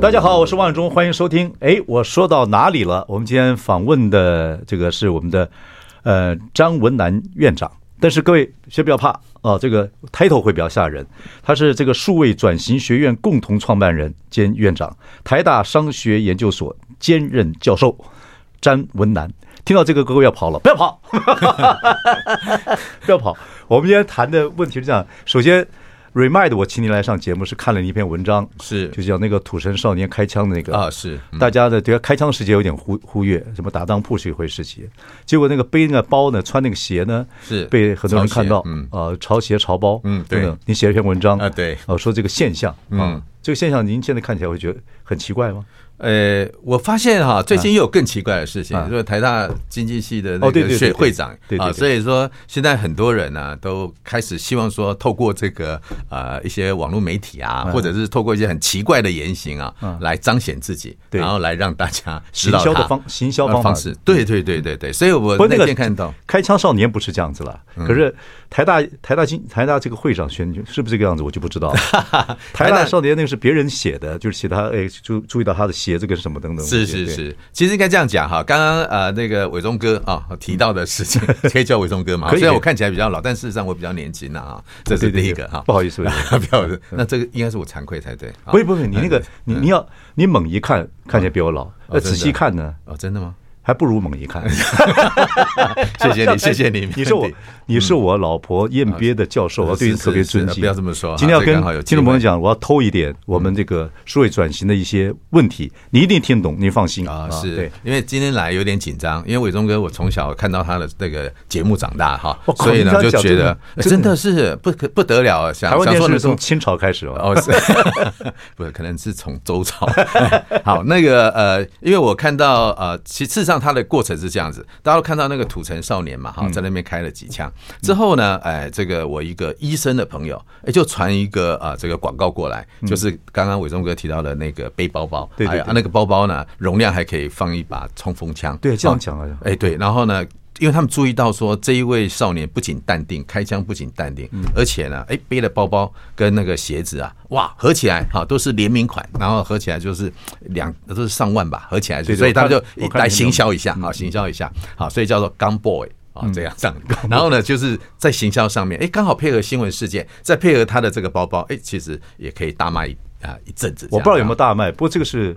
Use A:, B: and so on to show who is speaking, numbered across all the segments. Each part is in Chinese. A: 大家好，我是万忠，欢迎收听。哎，我说到哪里了？我们今天访问的这个是我们的呃张文南院长，但是各位先不要怕啊、这个 title 会比较吓人。他是这个数位转型学院共同创办人兼院长，台大商学研究所兼任教授詹文南。听到这个，各位要跑了，不要跑， 不要跑。我们今天谈的问题是这样：首先，remind 我请你来上节目是看了一篇文章，
B: 是
A: 就叫那个土城少年开枪的那个
B: 啊，是
A: 大家的对开枪时节有点忽忽略，什么打当铺是一回事情，结果那个背那个包呢，穿那个鞋呢，
B: 是
A: 被很多人看到
B: 潮鞋，嗯
A: 呃，潮鞋潮包，
B: 嗯对
A: 等等你写了一篇文章
B: 啊对
A: 呃，说这个现象，
B: 嗯
A: 啊，这个现象您现在看起来会觉得很奇怪吗？
B: 呃，我发现
A: 啊
B: 哈，最近又有更奇怪的事情，就是台大经济系的那
A: 哦对对
B: 个
A: 对
B: 学
A: 对
B: 会长
A: 对对
B: 啊，
A: 对
B: 所以说现在很多人呢、都开始希望说，透过这个呃一些网络媒体啊，或者是透过一些很奇怪的言行啊，来彰显自己，
A: 对
B: 然后来让大家
A: 行
B: 知道
A: 销的
B: 他
A: 方行销
B: 呃
A: 方法
B: 方式，对对对对对，所以我
A: 不过那
B: 那
A: 个
B: 天看到。
A: 开枪少年不是这样子了，
B: 嗯
A: 可是台大台大经台大这个会长选举是不是这个样子，我就不知 道了。台大少年那个是别人写的，就是写他哎注注意到他的鞋子跟什么等等，对
B: 是是，是，其实应该这样讲哈。刚刚呃，那个伟忠哥啊、提到的 事情，可以叫伟忠哥嘛？
A: 嗯可以
B: 虽然
A: 可以
B: 我看起来比较老，但事实上我比较年轻啊啊。这是
A: 对对
B: 第一
A: 对
B: 个哈，
A: 不好意思不好意
B: 不要。 那这个应该是我惭愧才对。啊
A: 不是不是，你那个你你要你猛一看看起来比我老，那
B: 真的
A: 仔细看呢
B: 哦，真的吗？
A: 还不如猛一看。啊
B: 谢谢 你，谢谢你。嗯啊
A: 你是我，你是我老婆燕鳖的教授，我对你
B: 是
A: 特别
B: 是是
A: 尊敬。
B: 不要这么说
A: 今天要
B: 这个刚好有
A: 跟
B: 机
A: 听
B: 会
A: 众朋友讲，我要偷一点我们这个数位转型的一些问题，你一定听懂，您放心
B: 啊，
A: 对
B: 是，因为今天来有点紧张，因为伟忠哥我从小看到他的那个节目长大哈
A: 我，靠
B: 所以
A: 哦你
B: 呢
A: 这
B: 就
A: 样讲
B: 觉得哎
A: 真的
B: 真的是不可不得了啊，想
A: 台湾
B: 想
A: 电
B: 说
A: 视
B: 能
A: 从
B: 从
A: 清朝开始哦，
B: 哦，是， 不是，可能是从周朝。 好，那个呃，因为我看到呃，其事实上它的过程是这样子，大家都看到那个土城少年嘛，哈，
A: 嗯
B: 在那边开了几枪之后呢，哎，这个我一个医生的朋友，哎，就传一个啊、呃这个广告过来，就是刚刚伟忠哥提到的那个背包包，
A: 嗯对对
B: 还有
A: 对
B: 那个包包呢，容量还可以放一把冲锋枪，
A: 对这样讲啊
B: 哎，对，然后呢，因为他们注意到说这一位少年不仅淡定，开枪不仅淡定，
A: 嗯
B: 而且呢，哎，背了包包跟那个鞋子啊，哇，合起来哈都是联名款，然后合起来就是两都是上万吧，合起来就，
A: 对对
B: 所以他们
A: 我
B: 就
A: 看我看
B: 来
A: 你嗯
B: 行
A: 弄
B: 销一下啊，行销一下，好，所以叫做 Gun Boy。啊，
A: 嗯
B: 这样这样，然后呢，就是在行销上面，哎，刚好配合新闻事件，再配合他的这个包包，哎，其实也可以大卖一啊一阵子这样。
A: 我不知道有没有
B: 啊
A: 大卖，不过这个是。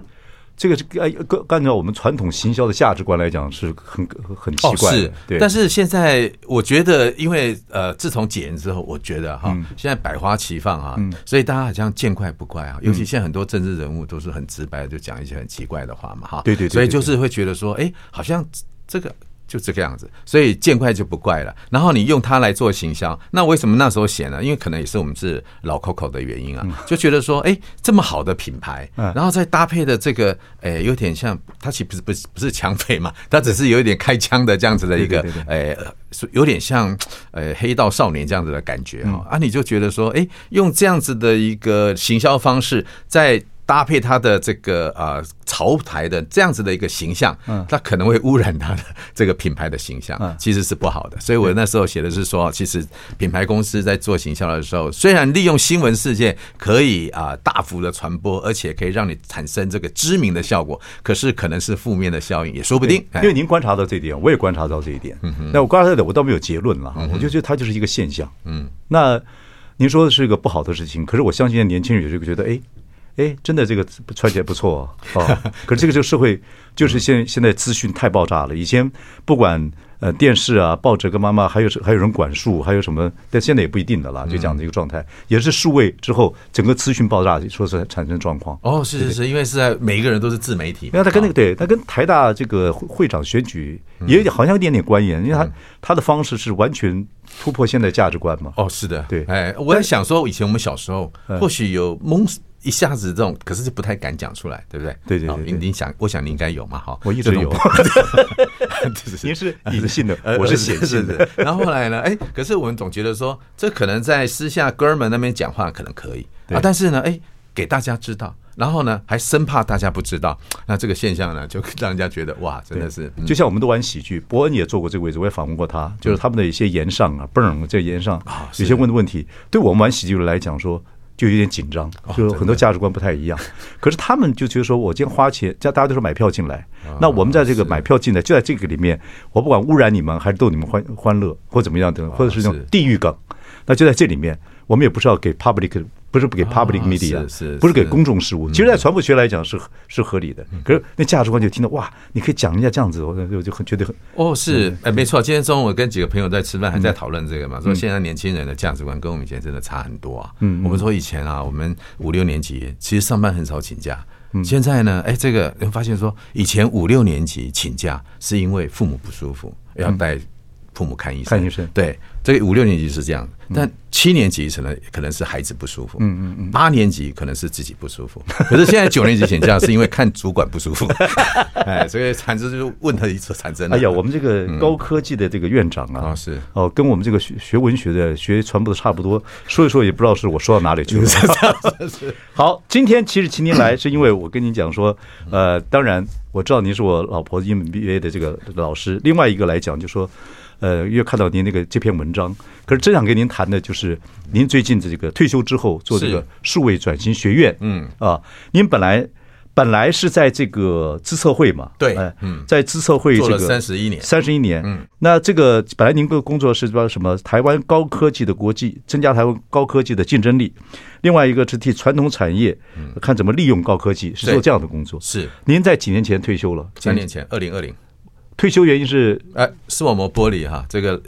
A: 这个是按按照我们传统行销的价值观来讲，是很很奇怪
B: 哦、
A: 的。
B: 是，
A: 对，
B: 但是现在我觉得，因为呃，自从解严之后，我觉得哈，
A: 嗯
B: 现在百花齐放啊，所以大家好像见怪不怪啊。
A: 嗯
B: 尤其现在很多政治人物都是很直白的，就讲一些很奇怪的话嘛，哈。
A: 对对对对
B: 所以就是会觉得说，哎，好像这个。就这个样子，所以见怪就不怪了。然后你用它来做行销，那为什么那时候写呢？因为可能也是我们是老 Coco 的原因啊，就觉得说，哎、这么好的品牌，
A: 嗯
B: 然后再搭配的这个，哎、有点像，它其实不是不是不是抢匪嘛，它只是有一点开枪的这样子的一个
A: 对对对，
B: 哎、呃是有点像，呃，黑道少年这样子的感觉哈、啊，你就觉得说，哎、用这样子的一个行销方式，在搭配他的这个呃潮牌的这样子的一个形象，嗯，他可能会污染他的这个品牌的形象，其实是不好的。所以我那时候写的是说，其实品牌公司在做行销的时候，虽然利用新闻事件可以啊、大幅的传播，而且可以让你产生这个知名的效果，可是可能是负面的效应，也说不定。哎
A: 因为您观察到这一点，我也观察到这一点。那我观察到的我倒没有结论了哈，我就觉得它就是一个现象。嗯，那您说的是一个不好的事情，可是我相信年轻人有这个觉得，哎。哎，真的，这个穿起来不错哦。哦可是这个这个社会就是现现在资讯太爆炸了。以前不管呃电视啊、报纸跟妈妈，还有还有人管束，还有什么，但现在也不一定的啦。就这样的一个状态，也是数位之后整个资讯爆炸，说是产生状况。
B: 哦，是是是，因为是在每一个人都是自媒体嘛，
A: 因为他跟那
B: 个
A: 个对，他跟台大这个会会长选举
B: 嗯
A: 也有好像有点点关联，因为他他的方式是完全突破现在价值观嘛。
B: 哦，是的，
A: 对嗯
B: 哎，我在想说，以前我们小时候或许有懵一下子这种，可是就不太敢讲出来，对不对？
A: 对对对
B: 好
A: 对
B: 您您想，我想您应该有嘛，哈，
A: 我一直有
B: 这种。
A: 您是隐性的
B: 呃，
A: 我是显性的。
B: 是。是然后后来呢，哎，可是我们总觉得说，这可能在私下哥们那边讲话可能可以
A: 对
B: 啊，但是呢，哎，给大家知道，然后呢，还生怕大家不知道，那这个现象呢，就让人家觉得哇，真的是，嗯
A: 就像我们都玩喜剧，伯恩也做过这个位置，我也访问过他，就是他们的一些言上啊，嘣，这言上
B: 啊是
A: 有些问的问题，对我们玩喜剧的来讲说。就有点紧张，就很
B: 哦真
A: 多
B: 的
A: 价值观不太一 样。可是他们就觉得说，我今天花钱，家大家都是买票进来，
B: 啊
A: 那我们在这个买票进来，就在这个里面，我不管污染你们，还是逗你们欢欢乐，或怎么样的，或者是那种
B: 啊是
A: 地域梗，那就在这里面，我们也不是要给 public，不是不给
B: 啊
A: public
B: 是
A: media，、
B: 是嗯
A: 不是给
B: 是
A: 公众事务。其实，在传播学来讲是是合理的，
B: 嗯
A: 可是那价值观就听到哇，你可以讲人家这样子，我就就很觉得很
B: 哦，是，哎，没错。今天中午我跟几个朋友在吃饭，还在讨论这个嘛，说现在年轻人的价值观跟我们以前真的差很多啊。嗯，我们说以前啊，我们五六年级其实上班很少请假，现在呢，哎，这个你会发现说，以前五六年级请假是因为父母不舒服，要带父母嗯看医生。
A: 看医生
B: 对，这个五六年级是这样，但七年级可能可能是孩子不舒服，嗯嗯嗯，八年级可能是自己不舒服，可是现在九年级请假是因为看主管不舒服， 哎，所以产生就是问题所产生的。嗯
A: 哎呀，我们这个高科技的这个院长啊，
B: 啊是
A: 哦，跟我们这个学学文学的、学传播的差不多，说一说也不知道是我说到哪里去 了。 好，今天其实请您来，是因为我跟您讲说，呃，当然我知道您是我老婆英文 BA 的这个老师，另外一个来讲就说。呃，因为看到您那个这篇文章，可是真想跟您谈的就是您最近的这个退休之后做这个
B: 是
A: 数位转型学院，嗯啊，您本来本来是在这个资策会嘛，
B: 对
A: 哎
B: 嗯
A: 在资策会
B: 做
A: 这
B: 了
A: 个
B: 31年
A: 三十一年。嗯，那这个本来您的工作是叫什么？台湾高科技的国际，增加台湾高科技的竞争力。另外一个是替传统产业看怎么利用高科技，是做
B: 对
A: 这样的工作。
B: 嗯是
A: 您在几年前退休了？
B: 三年前，二零二零，
A: 退休原因是？
B: 哎，视网膜剥离哈，这个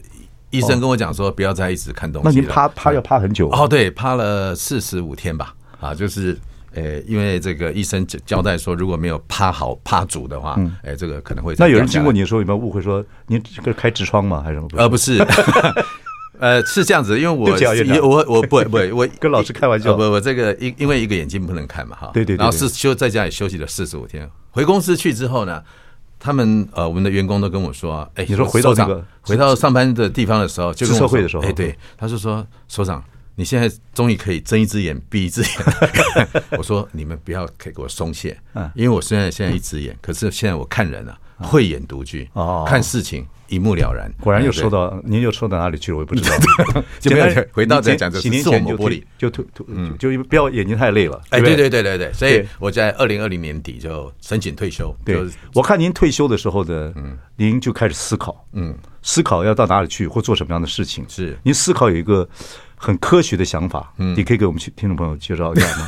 B: 医生跟我讲说不要再一直看东西
A: 那
B: 了。
A: 您趴趴要趴很久啊
B: 哦，对，趴了四十五天吧，啊，就是。呃，因为这个医生交交代说，如果没有趴好趴足的话，哎，这个可能会
A: 嗯那有人经过
B: 你。
A: 你的时候有没有误会说您这个开痔疮吗？还是什么？
B: 呃，不是， 呃，是这样子，因为
A: 对
B: 我
A: 不起啊院长
B: 因为我我不不我
A: 跟老师开玩笑
B: 呃不我这个因因为一个眼睛不能看嘛哈，
A: 对对对对
B: 然后是休在家里休息了四十五天，回公司去之后呢。他们呃，我们的员工都跟我说，哎，
A: 你说回到
B: 首长
A: 那个
B: 回到上班的地方的时候，就跟我
A: 社
B: 说
A: 会的时候嗯
B: 哎，对，他就说，首长，你现在终于可以睁一只眼闭一只眼。 我说，你们不要给我松懈，
A: 嗯
B: 因为我虽然现在一只眼，可是现在我看人啊，慧眼独具
A: 哦，
B: 看事情一目了然。
A: 果然又
B: 哎对
A: 说到，您又说到哪里去了？我也不知 道。
B: 就没有
A: 简单
B: 回到再讲这
A: 几年
B: 视网
A: 前就
B: 膜玻璃
A: 退就退就就就不要眼睛太累了。
B: 嗯哎，
A: 不
B: 对对对对对，所以
A: 对
B: 我在二零二零年底就申请退休，
A: 对
B: 就是，嗯
A: 我看您退休的时候呢，您就开始思考，嗯，思考要到哪里去或做什么样的事情。
B: 是
A: 您思考有一个很科学的想法，嗯，你可以给我们去听众朋友介绍一下 吗？啊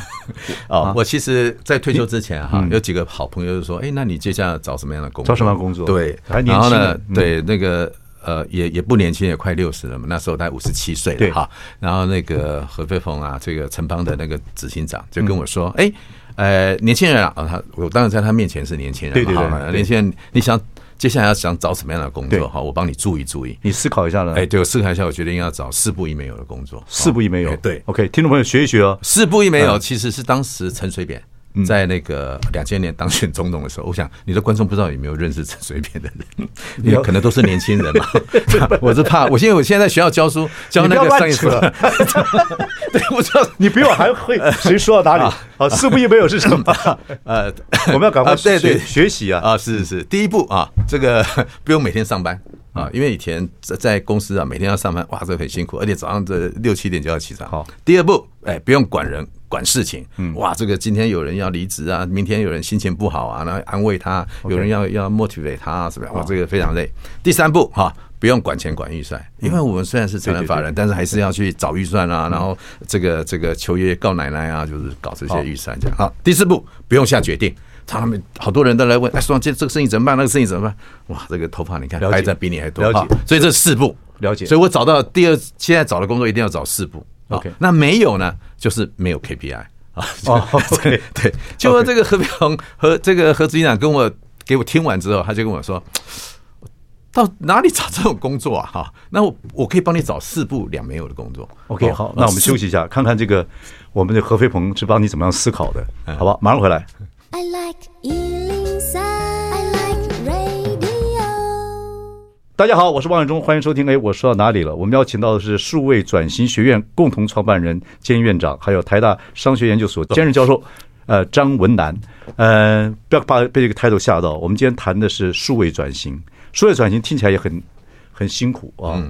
B: 哦，我其实，在退休之前哈，有几个好朋友就说，哎，那你接下来找什么样的工
A: 嗯
B: 作？
A: 找什么样的工作
B: 对，
A: 还年
B: 然后
A: 轻嗯
B: 呢
A: 呢，
B: 对那个。呃，也也不年轻，也快六十了嘛。那时候他五十七岁
A: 对
B: 了哈。然后那个何飞鸿啊，这个城邦的那个执行长就跟我说：“
A: 嗯
B: 哎、呃，年轻人啊，哦他我当然在他面前是年轻人嘛，
A: 对对对
B: 哈
A: 对
B: 年轻人，你想接下来要想找什么样的工
A: 对
B: 作哈？我帮你注意注意。
A: 你思考一下呢？
B: 哎，，对我思考一下，我决定要找四部一没有的工作。
A: 四不一没有，
B: 哎对
A: ，OK，听众朋友学一学哦。
B: 四部一没有，其实是当时陈水扁
A: 嗯
B: 在那个两千年当选总统的时候，我想你的观众不知道有没有认识陈水扁的
A: 嗯
B: 人，你可能都是年轻 人嘛。我是怕，我现在我现在在学校教书，教
A: 你
B: 那个
A: 不要
B: 上
A: 乱
B: 一
A: 扯
B: 次， 对，我知道。
A: 你比我还会， 谁说到哪里？啊，四不一没有是什么？
B: 呃，
A: 我们要赶快
B: 啊对对
A: 学学习啊！
B: 啊，是是，第一步啊，这个 不用每天上班啊，
A: 嗯
B: 因为以前在在公司啊，每天要上班，哇，这很辛苦，而且早上这六七点就要起床。
A: 好，嗯
B: 第二步，哎，不用管人。管事情，哇，这个今天有人要离职啊，明天有人心情不好啊，然后安慰他，有人要要 motivate 他啊，什么样？哇，这个非常累。第三步哈、不用管钱管预算，因
A: 嗯
B: 为我们虽然是成人法人，但是还是要去找预算啊，然后这个这个求爷告奶奶啊，就是搞这些预算这样。好，第四步不用下决定，他们好多人都来问，哎，说这这个事情怎么办？那个事情怎么办？哇，这个头发你看
A: 了解
B: 白的比你还多，
A: 了解
B: 好所以这四步
A: 了解
B: 所以我找到第二，现在找的工作一定要找四步。好
A: OK
B: 那没有呢，就是没有 KPI 啊。
A: 哦
B: 对
A: ，OK
B: 对，就说这个何飞鸿和这个何执行长跟我给我听完之后，他就跟我说。到哪里找这种工作啊？哈，那我我可以帮你找四部两没有的工作。
A: OK，
B: 哦
A: 好，那我们休息一下，看看这个我们的何飞鹏是帮你怎么样思考的，
B: 嗯
A: 好吧？马上回来。
C: I like Ealing Sound. I like radio.
A: 大家好，我是王永忠，欢迎收听。哎，我说到哪里了？我们邀请到的是数位转型学院共同创办人兼院长，还有台大商学研究所兼任教授，呃，张文南。呃，不要怕被这个 title 吓到。我们今天谈的是数位转型，数位转型听起来也很很辛苦啊。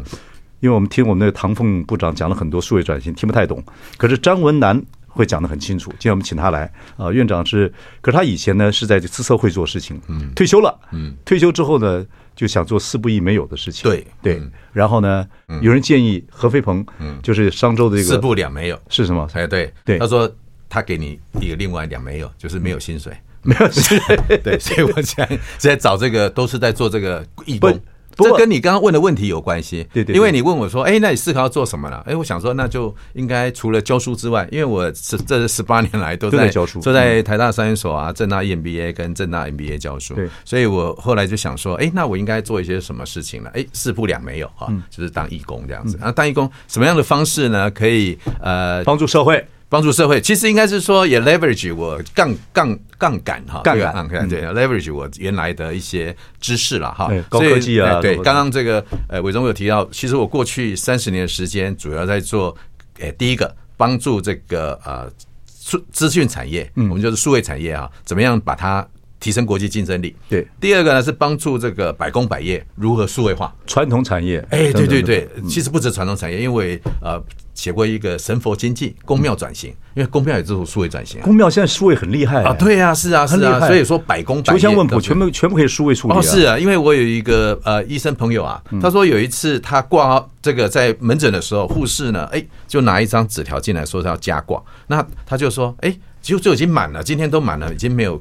A: 因为我们听我们那个唐凤部长讲了很多数位转型，听不太懂。可是张文南会讲得很清楚。今天我们请他来啊、呃院长是，可是他以前呢是在自测会做事情，嗯，退休了，嗯，退休之后呢就想做四不一没有的事情，
B: 对嗯
A: 对。然后呢，有人建议何飞鹏，就是商周的这个
B: 四部两没有，
A: 是什么？
B: 哎对
A: 对
B: 他说他给你一个另外两没有，就是没有薪水，
A: 嗯
B: 没有薪水， 对，所以我现在在找这个都是在做这个义工。
A: 不不
B: 这
A: 过
B: 跟你刚刚问的问题有关系，
A: 对对对
B: 因为你问我说，哎，那你思考要做什么了？哎，我想说，那就应该除了教书之外，因为我是这十八年来都
A: 都
B: 在
A: 在教书
B: 都在台大商研所啊、正大 EMBA 跟正大 E MBA 教书，
A: 对
B: 所以我后来就想说，哎，那我应该做一些什么事情呢？哎，四不两没有
A: 嗯
B: 啊，就是当义工这样子。然啊后当义工什么样的方式呢？可以呃
A: 帮助社会。
B: 帮助社会，其实应该是说也 leverage 我杠杠杠杆哈，
A: 杠
B: 这个
A: 杆嗯
B: 杆对 leverage 我原来的一些知识了哈
A: 哎，高
B: 所以
A: 科技啊
B: 哎对
A: 什，么的
B: 刚刚这个呃伟忠有提到，其实我过去三十年的时间主要在做，呃第一个帮助这个呃数资讯产业，
A: 嗯
B: 我们就是数位产业啊，怎么样把它提升国际竞争力？
A: 对
B: 第二个呢是帮助这个百工百业如何数位化，
A: 传统产业，
B: 哎，对
A: 等等嗯
B: 对
A: 等
B: 对，其实不止传统产业，因为呃写过一个神佛经济宫庙转型，因为宫庙也做数位转型
A: 嗯
B: 啊。
A: 公庙现在数位很厉害
B: 啊，，对啊，是啊，
A: 很
B: 是
A: 厉
B: 啊，
A: 害
B: 所以说百工百
A: 求
B: 业
A: 香问卜
B: 都
A: 全部全部可以数位处理啊。嗯
B: 哦，是啊，因为我有一个呃医生朋友啊，他说有一次他挂号这个在门诊的时候，护士呢，哎，就拿一张纸条进来说是要加挂，那他就说，哎，就就已经满了，今天都满了，已经没有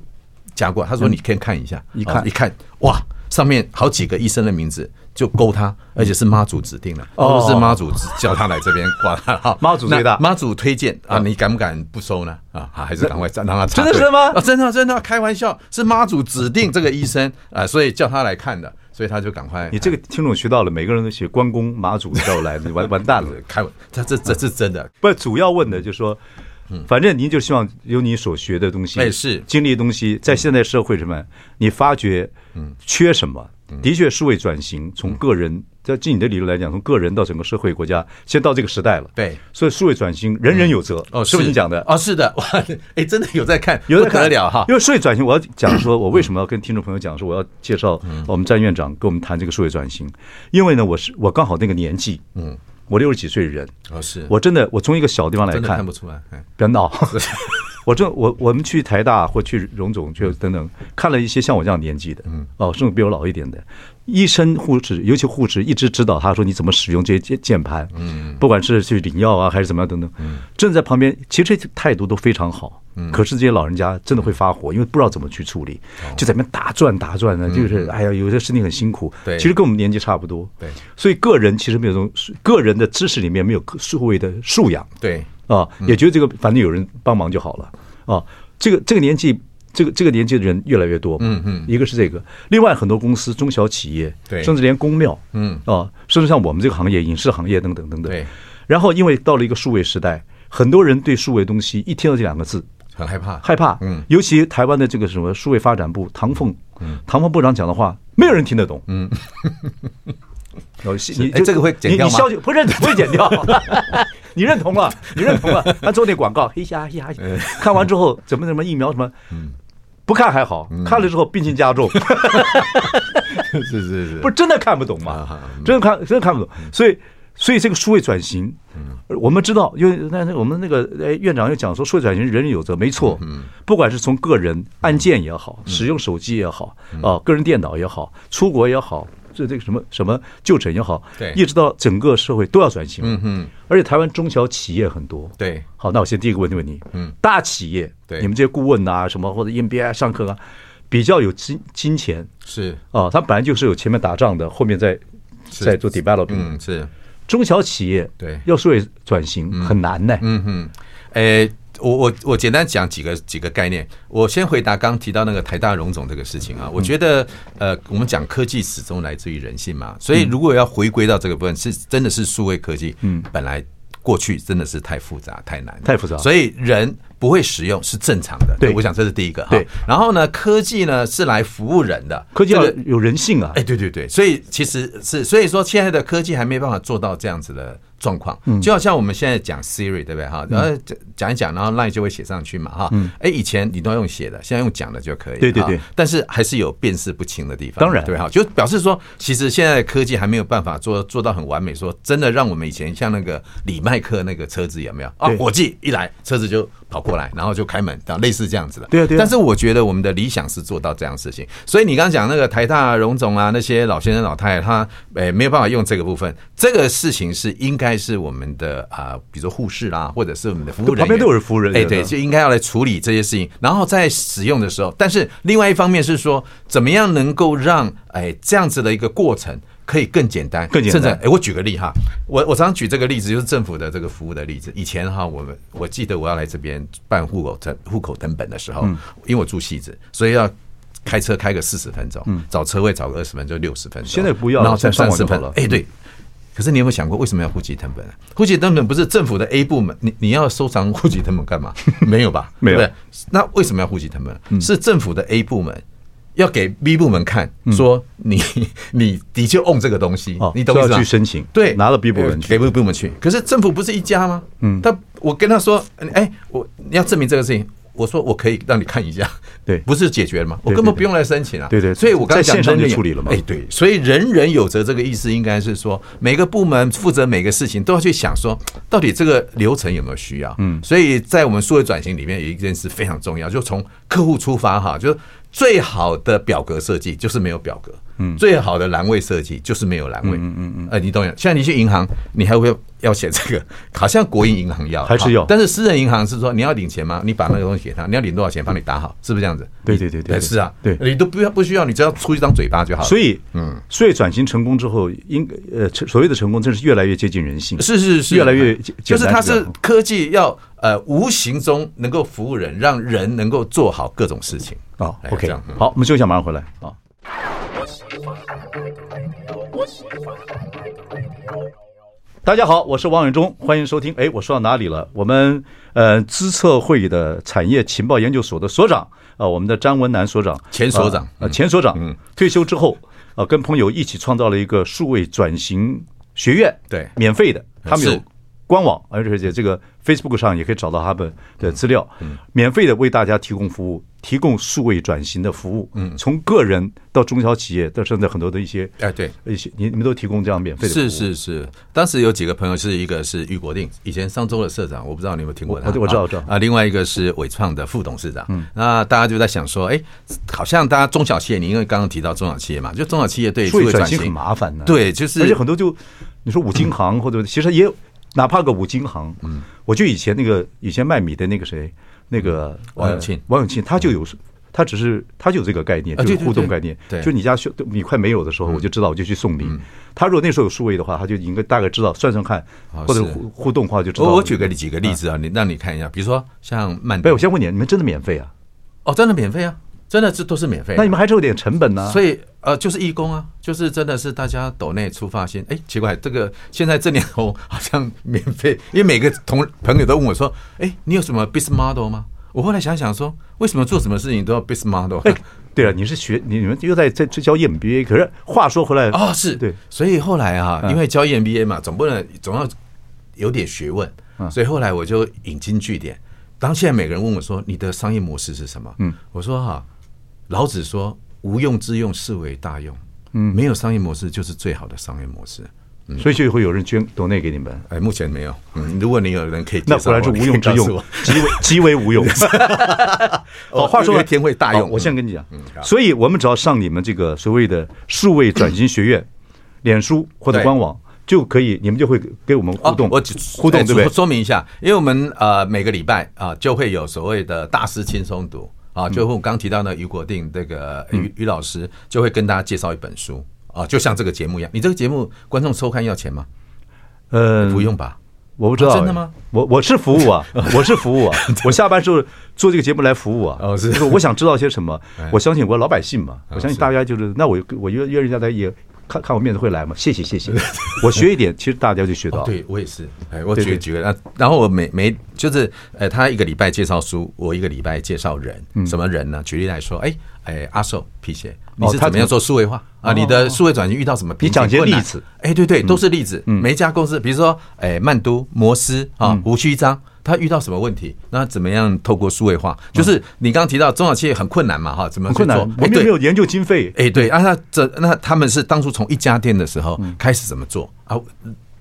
B: 加挂。他说你可以看一下，
A: 嗯一看
B: 哦一看，哇，上面好几个医生的名字。就勾他，而且是妈祖指定的，
A: 哦
B: 都是妈祖指叫他来这边挂他。好
A: 妈祖最大嗯
B: 那妈祖推荐啊，你敢不敢不收呢？啊，还是赶快让他插
A: 真的
B: 队
A: 是吗
B: 啊真的真的开玩笑，是妈祖指定这个医生啊、所以叫他来看的，所以他就赶快。
A: 你这个听众学到了，每个人都写关公、马祖叫我来，你完完蛋了。
B: 开，他这这是真的，
A: 不，主要问的就是说，反正您就希望有你所学的东西，
B: 嗯哎是
A: 经历的东西，在现代社会里面，你发觉
B: 嗯
A: 缺什么？的确，数位转型从个人，在进你的理论来讲，从个人到整个社会、国家，先到这个时代了。
B: 对
A: 所以数位转型人人有责，是不是你讲的？
B: 哦，是的，哇， 哎，真的有在看，
A: 有的
B: 不得了哈
A: 因。为数位转型，我要讲 说，我为什么要跟听众朋友讲说，我要介绍
B: 嗯
A: 我们詹院长跟我们谈这个数位转型，因为呢，我是我刚好那个年纪，嗯，我六十几岁的人，
B: 哦，是
A: 我真的我从一个小地方来
B: 真的看
A: 看
B: 不，出来，哎
A: 不要闹， 我这我我们去台大或去荣总去等等，看了一些像我这样年纪的，嗯，哦，甚至比我老一点的医生、护士，尤其护士一直指导他说你怎么使用这些键键盘，嗯，不管是去领药啊还是怎么样等等，正在旁边，其实态度都非常好。可是这些老人家真的会发火，因为不知道怎么去处理，就在那边打转打转呢，就是哎呀，有些事情很辛苦。
B: 对
A: 其实跟我们年纪差不多。
B: 对
A: 所以个人其实没有这种个人的知识里面没有数位的素养。
B: 对，
A: 啊，
B: 嗯
A: 也觉得这个反正有人帮忙就好了啊。这个这个年纪，这个这个年纪的人越来越多，嗯嗯，一个是这个，另外很多公司、中小企业，
B: 对
A: 甚至连公庙，
B: 嗯
A: 啊，甚至像我们这个行业、影视行业等等等等，
B: 对。
A: 然后因为到了一个数位时代，很多人对数位东西一听到这两个字，
B: 很害怕，
A: 害怕，
B: 嗯，
A: 尤其台湾的这个什么数位发展部唐凤，唐凤部长讲的话，没有人听得懂， 嗯，你
B: 哎这个会剪
A: 你
B: 掉吗
A: 你消极 不认不会剪掉， 你认同了，你认同了，他做那广告，嘿呀嘿 呀，
B: 嗯
A: 看完之后怎么怎么疫苗什么，不看还好，
B: 嗯
A: 看了之后病情加重，
B: 是是是，
A: 不 是真的看不懂嘛
B: 啊，
A: 真的看真的看不懂，所以所以这个数位转型，
B: 嗯
A: 我们知道，因为那那我们那个哎院长又讲说，数位转型人人有责，没错，
B: 嗯
A: 不管是从个人按键也好，使用手机也好，
B: 嗯
A: 啊，个人电脑也好，出国也好。这这个什么什么就诊也好，
B: 对
A: 一直到整个社会都要转型，
B: 嗯嗯，
A: 而且台湾中小企业很多，
B: 对
A: 好，那我先第一个问题问你，
B: 嗯，
A: 大企业，
B: 对
A: 你们这些顾问啊，什么或者 MBA 上课啊，比较有金金钱，
B: 是，
A: 啊，它本来就是有前面打仗的，后面再
B: 是
A: 再做 developing。
B: 嗯是，
A: 中小企业
B: 对
A: 要数位转型很难呢、
B: 嗯嗯嗯，诶、我我我简单讲几个几个概念。我先回答刚提到那个台大荣总这个事情啊，
A: 嗯
B: 我觉得呃，我们讲科技始终来自于人性嘛，
A: 嗯
B: 所以如果要回归到这个部分，是真的是数位科技，嗯，本来过去真的是太复杂太难了，
A: 太复杂
B: 所以人不会使用是正常的。
A: 对
B: 我想这是第一个哈。
A: 对
B: 然后呢，科技呢是来服务人的，
A: 科技
B: 这
A: 要
B: 个
A: 有人性啊
B: 哎，，对对对，所以其实是，所以说现在的科技还没办法做到这样子的状况，
A: 嗯
B: 就好像我们现在讲 Siri 对不对哈？然后讲讲一讲，然后 Line 就会写上去嘛哈。哎，以前你都要用写的，现在用讲的就可以了。
A: 嗯对对
B: 哈
A: 对
B: 但是还是有辨识不清的地方。
A: 当然
B: 对哈，就表示说，其实现在的科技还没有办法做做到很完美，说真的让我们以前像那个李麦克那个车子有没有啊
A: 对？
B: 伙计一来，车子就跑过来，然后就开门，然后类似这样子的。
A: 对啊对啊
B: 但是我觉得我们的理想是做到这样的事情，所以你刚刚讲那个台大荣总啊，那些老先生老太太，他呃没有办法用这个部分，这个事情是应该是我们的啊、比如说护士啦，或者是我们的服务人员，
A: 旁边都有服务人员
B: 哎，对，
A: 的
B: 就应该要来处理这些事情。然后在使用的时候，但是另外一方面是说，怎么样能够让哎这样子的一个过程。可以更简单，
A: 更简单
B: 甚至哎，我举个例哈，我我常常举这个例子，就是政府的这个服务的例子。以前哈，我们我记得我要来这边办户口成户口成本的时候，
A: 嗯
B: 因为我住戏子，所以要。开车开个四十分钟，找车位找个二十分钟，六十分钟。
A: 嗯现在不要了
B: 然后
A: 现
B: 再
A: 在上
B: 三
A: 网
B: 十
A: 就好
B: 分
A: 了
B: 哎，对。可是你有没有想过，为什么要户籍成本啊？户籍成本不是政府的 A 部门，你你要收藏户籍成本干嘛？ 没有吧？
A: 没有嗯
B: 对不对那为什么要户籍成本？是政府的 A 部门要给 B 部门看，说你 你的确 own 这个东西
A: 嗯哦，
B: 你懂我意思
A: 是
B: 吗
A: 要去申请
B: 对，呃
A: 拿到 B 部门去
B: 给 B 部门去。可是政府不是一家吗？嗯，他我跟他说，哎，我你要证明这个事情。我说我可以让你看一下，
A: 对
B: 不是解决了吗？我
A: 对
B: 根本
A: 对
B: 不用来申请啊，
A: 对对
B: 所以我刚才
A: 在
B: 讲
A: 线上
B: 人
A: 就
B: 人
A: 处理了嘛
B: 哎，对，所以人人有责这个意思，应该是说每个部门负责每个事情都要去想说，到底这个流程有没有需要？嗯，所以在我们数位转型里面有一件事非常重要，就从客户出发哈，就是最好的表格设计就是没有表格，嗯，最好的栏位设计就是没有栏位，嗯嗯嗯，呃，你懂呀？现在你去银行，你还会要写这个， 好像国营银行要
A: 还是要
B: 好但是私人银行是说你要领钱吗？你把那个东西给他，你要领多少钱，帮你打好，是不是这样子？
A: 对对对对对
B: 是啊，
A: 对
B: 你都不要不需要，你只要出一张嘴巴就好了。
A: 所以，嗯，所以转型成功之后，应呃，成所谓的成功，真是越来越接近人性。
B: 是是是，
A: 越来越简
B: 就是
A: 简
B: 它
A: 单
B: 是
A: 这样
B: 科技要呃无形中能够服务人，让人能够做好各种事情。
A: 哦
B: 哎
A: ，OK，
B: 这样嗯
A: 好，我们休息一下，马上回来啊。大家好，我是王伟忠，欢迎收听。哎，我说到哪里了？我们呃，资策会的产业情报研究所的所长啊、呃我们的张文南所长，
B: 前所长嗯
A: 呃，前所长，退休之后啊、呃跟朋友一起创造了一个数位转型学院，
B: 对
A: 免费的，他们有
B: 是
A: 官网，而且这个 Facebook 上也可以找到他们的资料，
B: 嗯
A: 免费的为大家提供服务，提供数位转型的服务，嗯，从个人到中小企业，到甚至很多的一些，
B: 哎对
A: 一些你你们都提供这样免费的服务，
B: 是是是，当时有几个朋友，是一个是玉国定，以前商周的社长，我不知道你有没有听过他，
A: 我我知道我知道
B: 啊。另外一个是伟创的副董事长，嗯，那大家就在想说，哎，好像大家中小企业，你因为刚刚提到中小企业嘛，就中小企业对
A: 数
B: 数
A: 位
B: 位
A: 转
B: 转
A: 型很
B: 型，
A: 麻烦的，
B: 对，就是嗯
A: 而且很多就你说五金行或者其实也有哪怕个五金行，嗯，我就以前那个以前卖米的那个谁，那个
B: 嗯王
A: 呃
B: 永庆嗯
A: 王永庆他就有。他只是他就有这个概念，
B: 啊
A: 就是
B: 对
A: 互动概念。
B: 对嗯对对
A: 就你家修米快没有的时候，我就知道我就去送你。他如果那时候有数位的话，他就应该大概知道算算看，
B: 哦
A: 或者
B: 是
A: 互互动的话就知道。
B: 我我举个几个例子啊，你让你看一下，比如说像曼
A: 没有，
B: 德
A: 我，先问你，你们真的免费啊？
B: 哦，真的免费啊，真的这都是免费的，
A: 那你们还是有点成本呢、
B: 所以呃，就是义工啊，就是真的是大家抖内出发先。哎，奇怪，这个现在这年头好像免费，因为每个同朋友都问我说，哎，你有什么 business model 吗？我后来想想说，为什么做什么事情都要 business model？
A: 哎，对了，你是学你你们又在在在教 EMBA，可是话说回来
B: 哦，是
A: 对，嗯
B: 所以后来啊，因为教 EMBA 嘛，总不能总要有点学问，
A: 嗯
B: 所以后来我就引经据典。当现在每个人问我说你的商业模式是什么？嗯，我说哈、老子说无用之用是为大用，嗯，没有商业模式就是最好的商业模式。
A: 所以就会有人捐抖内给你们。
B: 哎，目前没有。嗯，如果你有人可以介
A: 那果
B: 绍我，
A: 然是无
B: 你可以
A: 用之
B: 告 诉
A: 用
B: 我，
A: 极为极为无 用。好，
B: 哦
A: 话说
B: 有
A: 回
B: 一天会大用
A: 好我现在跟你讲
B: 嗯，好
A: 所以我们只要上你们这个所谓的数位转型学院、脸书或者
B: 嗯对
A: 官网，就可以，你们就会给我们互动，
B: 哦、我只
A: 互动
B: 哎
A: 对不对？
B: 说明一下，因为我们呃每个礼拜啊、就会有所谓的大师轻松读啊，
A: 嗯
B: 就我刚提到的于国定这个于于老师就会跟大家介绍一本书啊，就像这个节目一样。你这个节目观众收看要钱吗？
A: 呃
B: 不，用吧？
A: 我不知道、
B: 啊真的吗？
A: 我我是服务 啊，我是服务啊，我下班时候做这个节目来服务啊。
B: 哦是哎
A: 就
B: 哦
A: 是我想知道些 什么，我相信我老百姓嘛，我相信
B: 是
A: 大家就是，那我我约约人家来也看看我面子会来嘛，谢谢谢 谢，我学一点，其实大家就学到。
B: 哦、对我也是，哎，我
A: 对
B: 举
A: 对
B: 举个，啊然后我每每就是，呃，他一个礼拜介绍书，我一个礼拜介绍人，
A: 嗯
B: 什么人呢？举例来说，哎哎，阿寿皮鞋，你是
A: 哦他哦
B: 怎么样做数位化啊？你的数位转型遇到什么瓶颈
A: 你讲些
B: 困难
A: 例子？嗯
B: 哎，对对，都是例子。每一家公司，比如说，哎，曼都、摩斯啊、
A: 嗯
B: 胡须章。他遇到什么问题？那怎么样透过数位化？就是你刚刚提到中小企业很困难嘛，哈，怎么
A: 嗯很
B: 去
A: 困难，
B: 做？
A: 我
B: 哎
A: 们
B: 对
A: 又没有研究经费，
B: 哎，对啊，那这那他们是当初从一家店的时候
A: 嗯
B: 开始怎么做啊？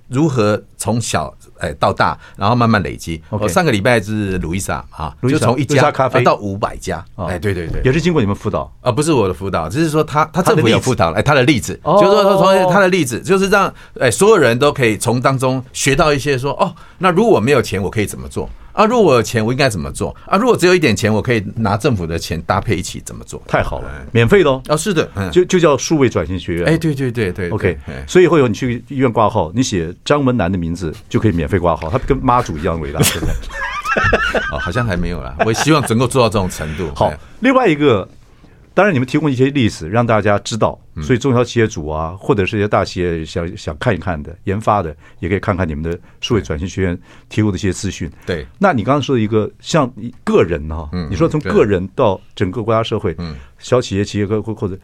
B: 如何从小哎到大，然后慢慢累积？
A: OK
B: 我上个礼拜是鲁伊莎啊，
A: Louisa，
B: 就从一
A: Louisa
B: 家
A: 咖啡
B: 啊到五百家，
A: 哦
B: 哎，对对对
A: 也。是经过你们辅导。
B: 啊，不是我的辅导，只是说他他
A: 他的
B: 政府
A: 例
B: 有
A: 子
B: 辅导，哎，他的例子，
A: 哦
B: 就是说从他的例子，就是让哎所有人都可以从当中学到一些说哦，那如果我没有钱，我可以怎么做啊？如果我有钱，我应该怎么做啊？如果只有一点钱，我可以拿政府的钱搭配一起怎么做？
A: 太好了，免费的哦，
B: 啊，是的，嗯，
A: 就就叫数位转型学院。
B: 哎，对对对对对
A: OK，
B: 哎
A: 所以以后有你去医院挂号，你写张文楠的名字就可以免费挂号，他跟妈祖一样 伟大，对不对？
B: 哦，好像还没有啦。 我希望能够做到这种程度。
A: 好
B: 哎，
A: 另外一个，当然你们提供一些例子让大家知道，
B: 嗯
A: 所以中小企业主啊，或者是一些大企业想想看一看的研发的，也可以看看你们的数位转型学院提供的一些资讯。
B: 对
A: 那你刚刚说的一个像你个人哈、
B: 嗯
A: 你说从
B: 对嗯
A: 个人到整个国家社会，小企业、企业或或或者。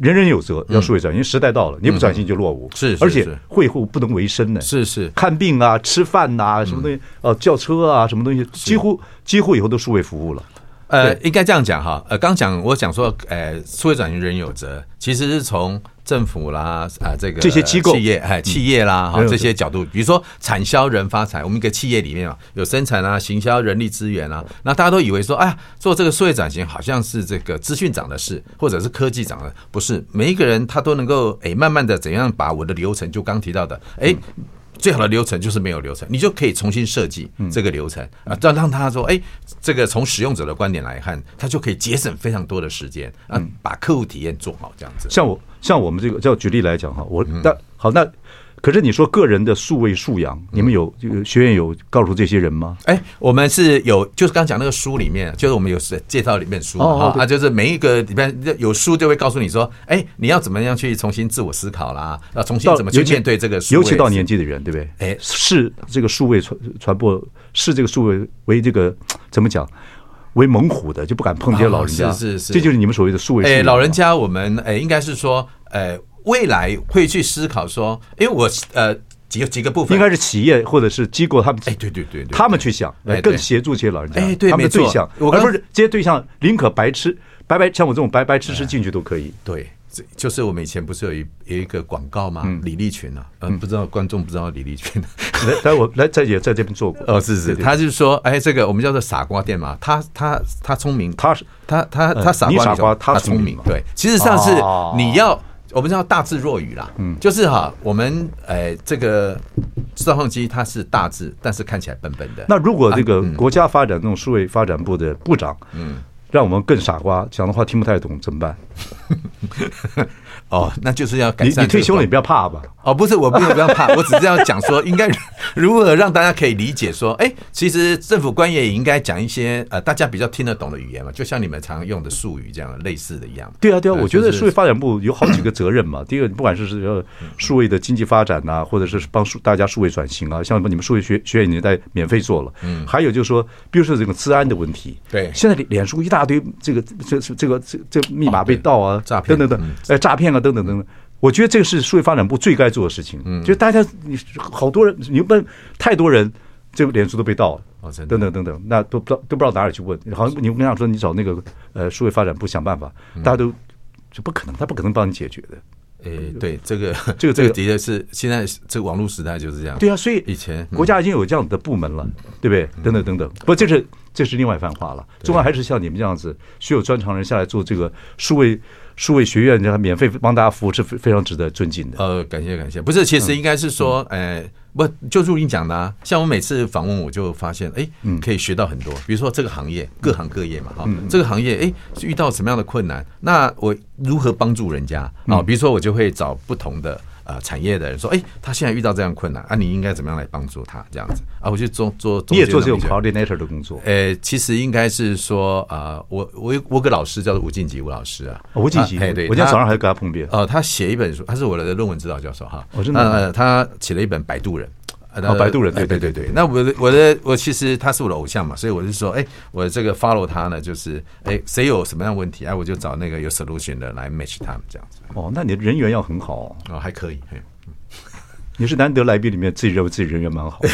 A: 人人有责，要数位转型，因为时代到了，你不转型就落伍。
B: 嗯是是
A: 而且
B: 是
A: 会后不能为生呢。
B: 是嗯是
A: 看病啊、吃饭呐、什么东西，呃，叫车啊，什么东西，几乎几乎以后都数位服务了。
B: 呃，应该这样讲哈。呃，刚讲我讲说，呃，社会转型人有责，其实是从政府啦啊、这个
A: 这些机构
B: 企业哎企业啦哈、
A: 人有责
B: 这些角度，比如说产销人发财，我们一个企业里面啊有生产啊、行销、人力资源啊，那大家都以为说，哎呀，做这个社会转型好像是这个资讯长的事，或者是科技长的，不是每一个人他都能够哎慢慢的怎样把我的流程，就刚提到的哎。最好的流程就是没有流程，你就可以重新设计这个流程啊，让让他说，哎，这个从使用者的观点来看，他就可以节省非常多的时间啊，把客户体验做好这样子。
A: 像我像我们这个，叫举例来讲哈，我
B: 嗯
A: 那好那，可是你说个人的素位素养，
B: 嗯
A: 你们有有学院有告诉这些人吗？
B: 哎，我们是有，就是刚讲那个书里面，就是我们有是介绍里面书
A: 哦
B: 嘛
A: 哦
B: 哈，啊，就是每一个里面有书就会告诉你说，哎，你要怎么样去重新自我思考啦，要重新
A: 到
B: 怎么去
A: 尤其
B: 面对这个数位
A: 尤其到年纪的人，对不对？
B: 哎
A: 视这个数位传传播，视这个数位为这个怎么讲？为猛虎的就不敢碰这些老人家，
B: 啊是是是
A: 这就是你们所谓的数位素
B: 诶，
A: 养
B: 老人家，我们哎诶，应该是说，诶，未来会去思考说，因为我呃几个几个部分，
A: 应该是企业或者是机构，他们
B: 哎对对对对对
A: 他们去想，
B: 哎对
A: 更协助这些老人家，
B: 哎对
A: 他们的
B: 没错
A: 对象，
B: 我
A: 而
B: 刚
A: 不是这些对象宁可白吃白白，像我这种白白
B: 哎
A: 吃吃进去都可以。
B: 对，这就是我们以前不是有一有一个广告吗？李立群啊，嗯、不知道观众不知道李立群。
A: 来，来我来在也在这边做过，
B: 哦，是是，
A: 对对
B: 他就是说，哎，这个我们叫做傻瓜店嘛，他他他聪明，
A: 他是嗯
B: 他他他傻瓜，
A: 你傻瓜他
B: 他聪
A: 聪明
B: 明
A: 嘛，
B: 对，其实上是
A: 哦
B: 你要，我们叫大智若愚啦，嗯，就是哈，我们哎这个照相机它是大智，但是看起来笨笨的，
A: 那如果这
B: 嗯
A: 个国家发展这种数位发展部的部长，嗯，让我们更傻瓜，讲的话听不太懂怎么办？
B: 哦，那就是要改
A: 你
B: 善
A: 你退休了，你
B: 这个
A: 不要怕吧？
B: 哦，不是，我不用不要 怕，我只是要讲说，应该如何让大家可以理解说，哎、其实政府官员也应该讲一些呃大家比较听得懂的语言嘛，就像你们常用的术语这样类似的一样。
A: 对啊，对啊，
B: 呃
A: 我觉得
B: 就是嗯
A: 数位发展部有好几个责任嘛。第一个，你不管是是呃数位的经济发展呐、或者是帮数大家数位转型啊，像你们数位学学院年代免费做了，嗯，还有就是说，比如说这个治安的问题，
B: 对
A: 现在脸书一大堆这个这这这个这这密码被盗啊，
B: 哦诈骗
A: 等等等
B: 嗯，
A: 哎，诈骗啊，等等等等。我觉得这个是数位发展部最该做的事情，嗯，就大家你好多人，你问太多人，这个脸书都被盗了。
B: 哦真的
A: 等等等等，那都不知道都不知道哪里去问。好像你跟想说你找那个呃数位发展部想办法，
B: 嗯
A: 大家都这不可能，他不可能帮你解决的。
B: 诶、哎对，这 个
A: 这个这个
B: 的确是现在这个网络时代就是这样。
A: 对啊，所以
B: 以前嗯
A: 国家已经有这样的部门了，对不对？等等等等，不，这是这是另外一番话了。重要还是像你们这样子，学有专长人下来做这个数位数位学院，让他免费帮大家服务，是非非常值得尊敬的。
B: 呃，感谢感谢，不是，其实
A: 嗯
B: 应该是说，哎、不，就如你讲的、啊，像我每次访问，我就发现，哎、
A: 嗯
B: 可以学到很多，比如说这个行业，各行各业嘛，哈、这个行业，哎、
A: 嗯
B: 是遇到什么样的困难，那我如何帮助人家啊、比如说，我就会找不同的。呃产业的人说，哎，他现在遇到这样困难啊，你应该怎么样来帮助他这样子啊？我就做做，
A: 你也做这种
B: 考虑。
A: coordinator 的工作，
B: 呃，其实应该是说，啊，我我有我有个老师叫做吴敬吉吴老师啊，
A: 哦吴敬吉
B: 他哎，对，
A: 我今天
B: 他
A: 早上还跟他碰面
B: 呃，他写一本书，他是我的论文指导教授哈，
A: 哦真的吗
B: 呃，他写了一本《摆渡人》。呃
A: 哦摆渡人对
B: 哎对
A: 对
B: 对对。那我的我的我其实他是我的偶像嘛，所以我是说，哎，我这个 follow 他呢，就是哎，谁有什么样的问题，哎，我就找那个有 solution 的来 match 他们这样子。
A: 哦，那你的人缘要很好哦，
B: 哦，还可以。嘿
A: 你是难得来宾里面自己认为自己人缘蛮 好的，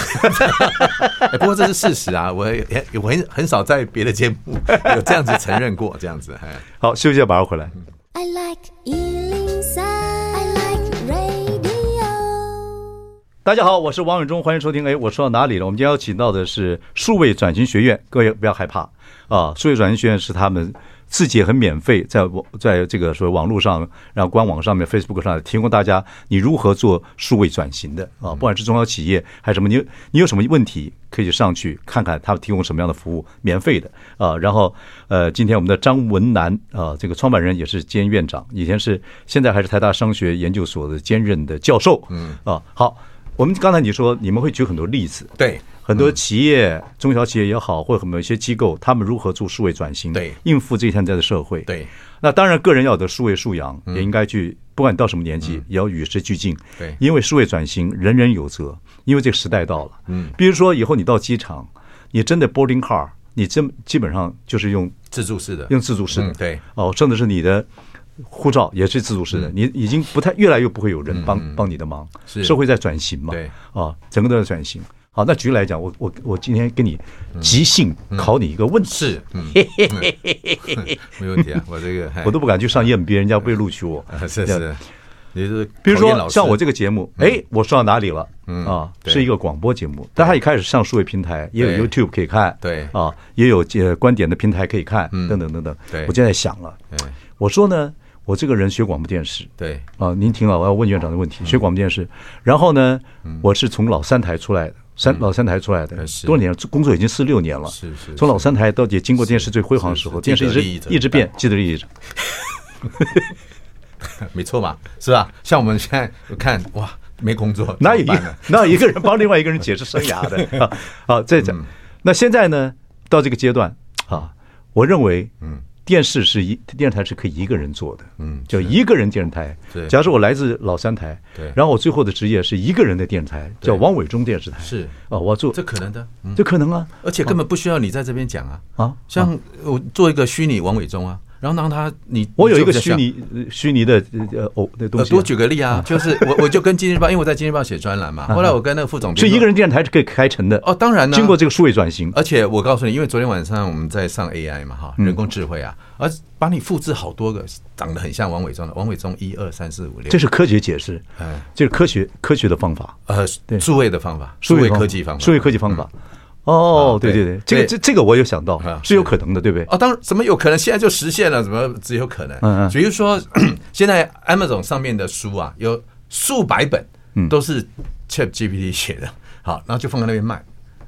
B: 哎，不过这是事实啊，我也也我很很少在别的节目 有这样子承认过这样子。哎
A: 好，休息一下，马上回来。
C: I like Ealing Sound. I like radio.
A: 大家好，我是王永忠，欢迎收听。哎，我说到哪里了？我们今天要请到的是数位转型学院，各位不要害怕啊！数位转型学院是他们自己也很免费，在网在这个说网络上，然后官网上面、Facebook 上提供大家你如何做数位转型的啊，不管是中小企业还是什么，你有你有什么问题可以上去看看他们提供什么样的服务，免费的啊。然后呃，今天我们的张文南啊，这个创办人也是兼院长，以前是现在还是台大商学研究所的兼任的教授，嗯啊，好。我们刚才你说你们会举很多例子，
B: 对嗯
A: 很多企业、中小企业也好，或者某一些机构，他们如何做数位转型，
B: 对
A: 应付这现在的社会，
B: 对。嗯
A: 那当然，个人要有的数位素养，也应该去，不管你到什么年纪，也要与时俱进，
B: 对
A: 因为数位转型人人有责，因为这个时代到了，嗯，比如说以后你到机场，你真的 boarding car，你真基本上就是用
B: 自助式的，
A: 用自助式的，
B: 嗯对嗯
A: 哦，甚至是你的护照也是自助式的，你已经不太越来越不会有人帮、帮你的忙，
B: 是
A: 社会在转型嘛，
B: 对
A: 啊，整个都在转型。好，那举例来讲，我我我今天跟你即兴考你一个问题，
B: 嗯是，嗯，没问 题啊，我这个，
A: 我都不敢去上 EMBA，人家会录取我
B: 是
A: 这样
B: 是，你是
A: 比如
B: 考验老
A: 说
B: 师嗯
A: 像我这个节目，哎，我说到哪里了？啊，
B: 对
A: 是一个广播节目，但它一开始上数位平台，也有
B: 对
A: YouTube 可以看，
B: 对嗯
A: 啊，也有呃观点的平台可以看，等等等等。
B: 对
A: 我现在想了，
B: 对
A: 我说呢，我这个人学广播电视，
B: 对嗯
A: 啊，您听了，我要问院长的问题，学广播电视，然后呢，我是从老三台出来的。三老三台出来的
B: 嗯呃是
A: 多少年了？工作已经四六年了。
B: 是是
A: 从老三台到底经过电视最辉煌的时候，
B: 是
A: 电
B: 是
A: 视一
B: 既得
A: 直
B: 利益嗯
A: 一直变，既得利益者。
B: 没错嘛，是吧？像我们现在看哇，没工 作，
A: 哪有一
B: 怎么办呢
A: 哪有一个人帮另外一个人解释生涯 的？啊好，再讲，
B: 嗯
A: 那现在呢，到这个阶段啊，我认为，嗯，电视是一电视台是可以一个人做的，嗯，就一个人电视台。
B: 对
A: 假如说我来自老三台，
B: 对
A: 然后我最后的职业是一个人的电视台，
B: 对
A: 叫王伟忠电视台，
B: 是
A: 啊，我做
B: 这可能的，嗯，
A: 这可能啊，
B: 而且根本不需要你在这边讲啊
A: 啊
B: 像我做一个虚拟王伟忠啊，然后让他你，
A: 我有一个
B: 你就比较
A: 虚
B: 像。
A: 拟呃虚拟的呃偶的东
B: 呃，
A: 西啊，
B: 多举个例啊，就是我我就跟《今日报》，因为我在《今日报》写专栏嘛，后来我跟那个副总
A: 所
B: 编
A: 以
B: 说，
A: 一个人电视台是可以开成的
B: 哦当呃然呢
A: 经过这个数位转型，
B: 而且我告诉你，因为昨天晚上我们在上 AI 嘛，
A: 嗯
B: 哈，人工智慧啊，而把你复制好多个长得很像王伟忠的，王伟忠一二三四五六，
A: 这是科学解释
B: 哎，
A: 这是科学科学的方法。
B: 呃
A: 对
B: 数位的方法，
A: 数
B: 数位
A: 方
B: 科技方法，嗯
A: 数位科技方法。哦，
B: 啊
A: 对对
B: 对
A: 对，这个
B: 对
A: 这这个我有想到
B: 啊，
A: 是有可能的，对不对？
B: 哦，当然，怎么有可能？现在就实现了，怎么只有可能？
A: 嗯嗯
B: 比如说， 现在 Amazon 上面的书啊，有数百本，
A: 嗯
B: 都是 Chat GPT 写的， 好，然后就放在那边卖。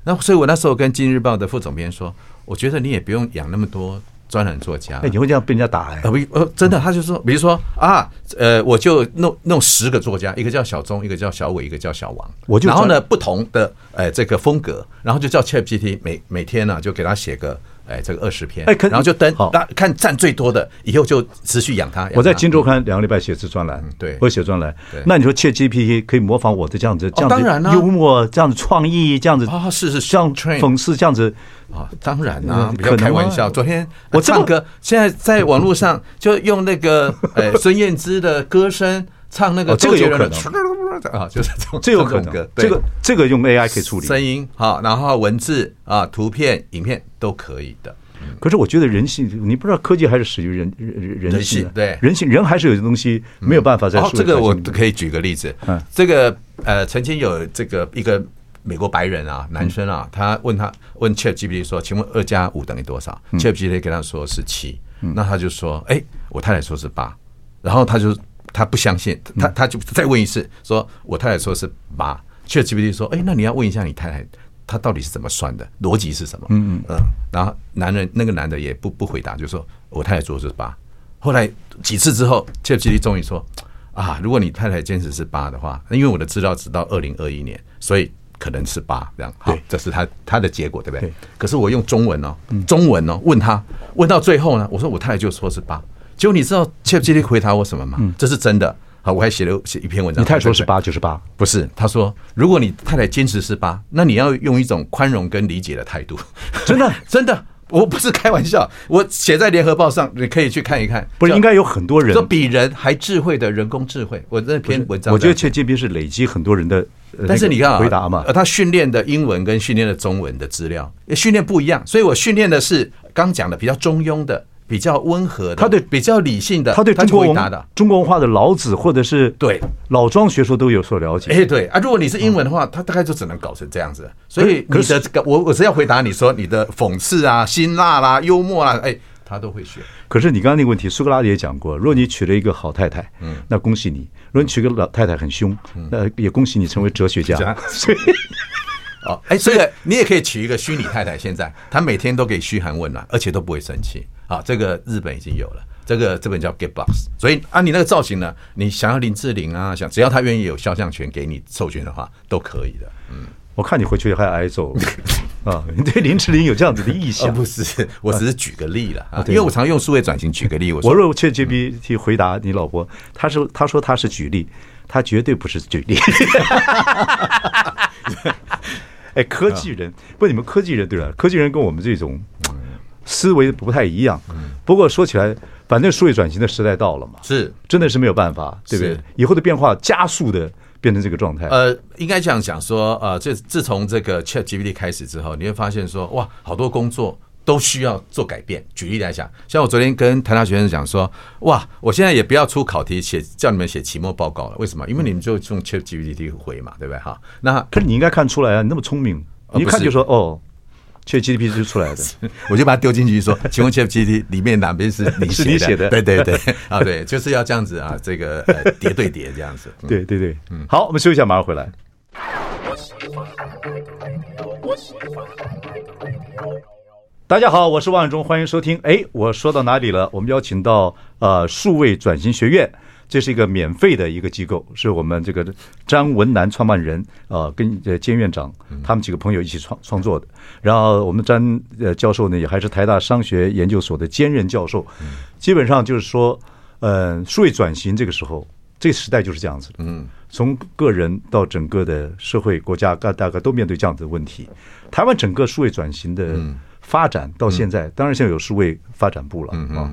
B: 那所以我那时候跟《今日报》的副总编说，我觉得你也不用养那么多专栏作家
A: 哎，。你会这样被人家打哎
B: 呃，？不，呃，真的，他就说，比如说啊，呃，我就弄弄十个作家，一个叫小钟，一个叫小伟，一个叫小王，
A: 我就
B: 然后
A: 专
B: 呢，不同的呃这个风格，然后就叫 ChatGPT 每每天呢、就给他写个哎、呃这个二十篇，
A: 哎可
B: 然后就登
A: 好，
B: 大看占最多的，以后就持续养他。嗯养
A: 我在《
B: 他
A: 金周刊》两个礼拜写一次专栏，
B: 嗯对
A: 我写专栏
B: 对。哦
A: 那你说 ChatGPT 可以模仿我的这样子，这样
B: 当然
A: 子
B: 啦
A: 幽默，这样子创意，这样子
B: 啊是是是
A: 这样
B: train
A: 讽刺，这样子
B: 啊，当然啦、
A: 嗯
B: 不要
A: 可能
B: 开
A: 吗
B: 玩笑。昨天
A: 我
B: 我
A: 这么
B: 唱歌，现在在网络上就用那个呃孙燕姿的歌声唱那
A: 哦
B: 个
A: 这个有可能
B: 周杰伦的 啊，就是这种
A: 这有可
B: 种
A: 能
B: 歌，对
A: 这个这个用 AI 可以处理。
B: 声音好，然后文字啊、图片、影片都可以的。
A: 可是我觉得人性，你不知道科技还是始于人人人
B: 人
A: 性
B: 性
A: 的，
B: 对
A: 人性人还是有些东西没有办法在
B: 然后
A: 数位
B: 哦这
A: 转
B: 个
A: 型
B: 我
A: 里面
B: 可以举个例子
A: 嗯，
B: 这个呃，曾经有这个一个美国白人啊，男生啊，他问他问 ChatGPT 说：“请问二加五等于多少？”ChatGPT 跟他说是七，那他就说：“哎，我太太说是八。”然后他就他不相信，他他就再问一次，说：“我太太说是八。”ChatGPT 说：“哎，那你要问一下你太太。”他到底是怎么算的？逻辑是什么？嗯嗯然后男人那个男的也不不回答，就说我太太说是八。后来几次之后，ChatGPT 终于说：“啊，如果你太太坚持是八的话，因为我的资料只到二零二一年，所以可能是八这样。好
A: 对，
B: 这是他他的结果，对不对
A: 对？嗯
B: 可是我用中文哦，中文哦，问他，问到最后呢，我说我太太就说是八，结果你知道 ChatGPT 回答我什么吗？这是真的。好，我还写了写一篇文
A: 嗯
B: 章。
A: 你太说
B: 对
A: 是
B: 不对
A: 八就是八，
B: 不是，他说，如果你太太坚持是八，那你要用一种宽容跟理解的态度。
A: 真的
B: 真的，我不是开玩笑，我写在联合报上，你可以去看一看。
A: 不是
B: 叫
A: 应该有很多人
B: 说比人还智慧的人工智慧，我那篇文章，啊
A: 我觉得 ChatGPT 是累积很多人的，呃
B: 但是
A: 那个
B: 你看啊，
A: 回答嘛
B: 呃，，他训练的英文跟训练的中文的资料呃训练不一样，所以我训练的是刚讲的比较中庸的、比较温和的，
A: 他对
B: 比较理性的，
A: 他对中国
B: 回答的
A: 文。中国文化的老子或者是
B: 对
A: 老庄学说都有所了解。
B: 哎，对啊，如果你是英文的话，他大概就只能搞成这样子。所以
A: 嗯可
B: 你
A: 是
B: 的这个，我我只要回答你说你的讽刺啊、辛辣啦、幽默啦，哎，他都会学。
A: 可是你刚刚那个问题，苏格拉底也讲过，如果你娶了一个好太太，嗯，那恭喜你；如果你娶个老太太很凶，
B: 嗯
A: 那也恭喜你成为哲学 家。
B: 所以。哦，哎，所以你也可以娶一个虚拟太太。现在她每天都给嘘寒问暖，而且都不会生气。啊，这个日本已经有了，这个这本叫 Get Box。所以啊，你那个造型呢，你想要林志玲啊，想只要她愿意有肖像权给你授权的话，都可以的。
A: 我看你回去还挨 揍啊！你对林志玲有这样子的意
B: 啊，
A: 向？
B: 不是，我只是举个例了啊，
A: 对
B: 因为我常用数位转型举个例。我
A: 我
B: 说
A: 若 ChatGPT 回答你老婆，她是她说她是举例，她绝对不是举例。 哎，科技人不，你们科技人对了，科技人跟我们这种思维不太一样。
B: 嗯
A: 不过说起来，反正数位转型的时代到了嘛，
B: 是，
A: 真的是没有办法，对不对
B: 是？
A: 以后的变化加速的变成这个状态。
B: 呃，应该这样讲说，呃，这自从这个 Chat GPT 开始之后，你会发现说，哇，好多工作都需要做改变。举例来讲，像我昨天跟台大学生讲说，哇，我现在也不要出考题写，叫你们写期末报告了，为什么？因为你们就用 Chat GPT 回嘛，对不对？哈，那
A: 可是你应该看出来啊，你那么聪明，你
B: 呃
A: 一看
B: 不是
A: 就说哦，ChatGPT 就出来的。
B: 我就把它丢进去说， 请问 ChatGPT 里面哪边是你
A: 是
B: 写
A: 你
B: 的？
A: 写的
B: 对对对，啊，对，就是要这样子啊，这个呃叠对叠这样子。嗯
A: 对对对，嗯，好，我们休息一下，马上回来。大家好，我是王永忠，欢迎收听。哎，我说到哪里了？我们邀请到呃数位转型学院，这是一个免费的一个机构，是我们这个张文南创办人呃跟呃兼院长他们几个朋友一起创创作的。然后我们张呃教授呢，也还是台大商学研究所的兼任教授，基本上就是说，呃，数位转型这个时候，这个时代就是这样子的。嗯，从个人到整个的社会、国家，大大概都面对这样子的问题。台湾整个数位转型的
B: 嗯
A: 发展到现在，当然现在有数位发展部了
B: 嗯
A: 啊。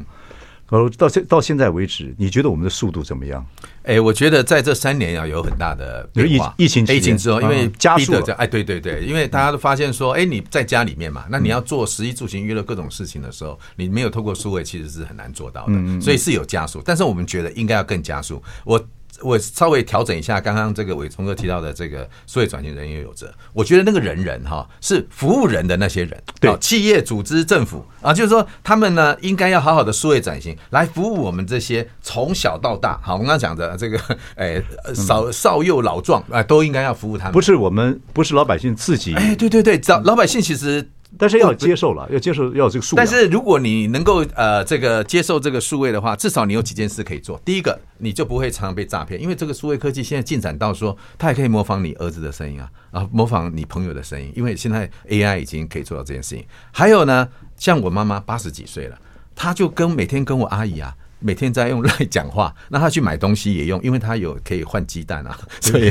A: 呃，到现到现在为止，你觉得我们的速度怎么样？
B: 哎，我觉得在这三年啊有很大的变化。
A: 疫疫情期
B: 哎
A: 间
B: 疫情之后，因为
A: 嗯加速了
B: 逼得这哎，对对对，因为大家都发现说，哎，你在家里面嘛，那你要做食衣住行娱乐各种事情的时候，你没有透过数位其实是很难做到的，所以是有加速。但是我们觉得应该要更加速。我。我稍微调整一下刚刚这个伟聪哥提到的这个数位转型人也有责，我觉得那个人人哈是服务人的那些人，
A: 对
B: 啊企业、组织、政府啊，就是说他们呢应该要好好的数位转型，来服务我们这些从小到大，好，我们刚刚讲的这个，哎，呃少少幼老壮啊，都应该要服务他们。
A: 不，是我们，不是老百姓自己，
B: 哎，对对对，老老百姓其实。啊
A: 但是要接受了，要接受要有这个素养。
B: 但是如果你能够呃这个接受这个数位的话，至少你有几件事可以做。第一个，你就不会常常被诈骗，因为这个数位科技现在进展到说，它也可以模仿你儿子的声音啊，啊，模仿你朋友的声音，因为现在 AI 已经可以做到这件事情。还有呢，像我妈妈八十几岁了，她就跟每天跟我阿姨啊。每天在用赖讲话， 那她去买东西也用，因为她有可以换鸡蛋啊， 所以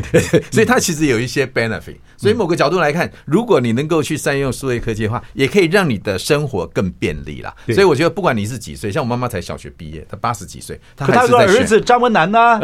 B: 所以她其实有一些 benefit。所以某个角度来看，如果你能够去善用数位科技的话，也可以让你的生活更便利啦。
A: 对
B: 所以我觉得不管你是几岁，像我妈妈才小学毕业，她八十几岁，她
A: 可
B: 还
A: 他
B: 是
A: 有
B: 在
A: 儿
B: 选。
A: 子张文南 呢？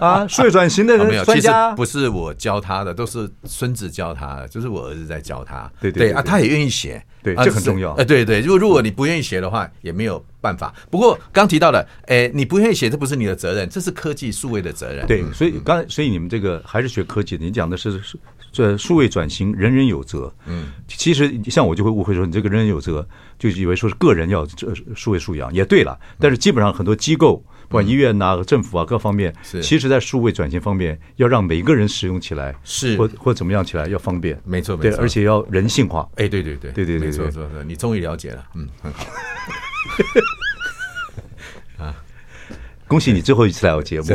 A: 啊，数位转型 的
B: 啊没有，
A: 专
B: 其实
A: 家
B: 不是我教他的，都是孙子教他的，就是我儿子在教他。
A: 对对对
B: 啊，
A: 对
B: 他也愿意学，
A: 对
B: 啊
A: 这很重要
B: 呃，对对，如果如果你不愿意学的话，也没有办法。不过刚提到了，哎，你不愿意学，这不是你的责任，这是科技数位的责任。
A: 对，所以
B: 嗯
A: 刚才所以你们这个还是学科技的，你讲的是数这数位转型，人人有责。嗯，其实像我就会误会说你这个人人有责，就以为说是个人要这呃数位素养，也对了。
B: 嗯
A: 但是基本上很多机构，不管医院呐、政府啊各方面
B: 是，
A: 其实在数位转型方面，要让每一个人使用起来，
B: 是
A: 或或怎么样起来要方便，
B: 没错没
A: 对，
B: 错
A: 而且要人性化。
B: 哎，对对对
A: 对对对
B: 没错
A: 对
B: 没错，没错你终于了解了，嗯，很好。
A: 恭喜你最后一次来我节目，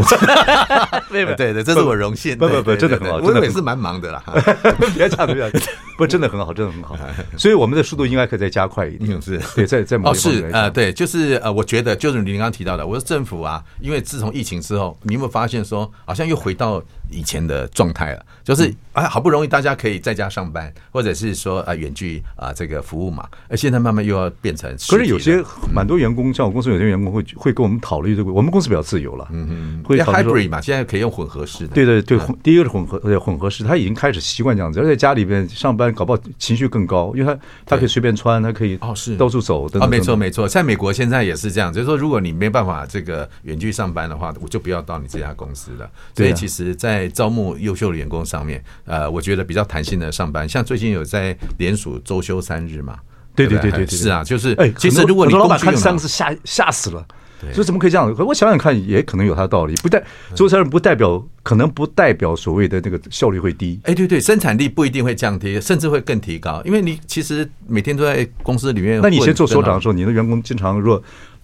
B: 对对对，这是我荣幸。
A: 不不
B: 对
A: 不
B: 对
A: 真的
B: 对
A: 很好
B: 对
A: 真的
B: 我也
A: 很
B: 是蛮忙的啦。
A: 别这样子，别这样子不，真的很好，真的很好。所以我们的速度应该可以再加快一点，
B: 嗯是
A: 对，在在某
B: 哦，
A: 一方面
B: 是
A: 来讲
B: 呃，对，就是呃，我觉得就是您刚刚提到的，我说政府啊，因为自从疫情之后，你有没有发现说，好像又回到以前的状态了？就是
A: 嗯
B: 啊，好不容易大家可以在家上班，或者是说啊远距啊这个服务嘛，而现在慢慢又要变成
A: 可
B: 实体了，
A: 是有些蛮多员工，像我公司有些员工会会跟我们讨论这个，我们公司比较自由了，嗯嗯，会
B: 要
A: 讨论说
B: hybrid 嗯嘛，现在可以用混合式的，
A: 对对对，混第一个是混合，对混合式，他已经开始习惯这样子，而且家里边上班，搞不好情绪更高，因为他他可以随便穿，他可以
B: 哦是
A: 到处走，等
B: 啊，
A: 等
B: 没错
A: 等等
B: 没错，在美国现在也是这样，就是说，如果你没办法这个远距上班的话，我就不要到你这家公司了。所
A: 对啊
B: 以其实，在招募优秀的员工上面，呃，我觉得比较弹性的上班，像最近有在联署周休三日嘛，
A: 对
B: 不
A: 对对对对
B: 是啊，就是
A: 哎，
B: 其实
A: 很多
B: 如果你
A: 很多老
B: 工
A: 板
B: 具
A: 看
B: 用
A: 三
B: 好
A: 个字吓吓死了，说怎么可以这样？可我想想看，也可能有他的道理，不代周三人不代表，可能不代表所谓的那个效率会低。
B: 哎，对对，生产力不一定会降低，甚至会更提高，因为你其实每天都在公司里面混。
A: 那你以前做
B: 真
A: 所
B: 的
A: 长的时候，你的员工经常若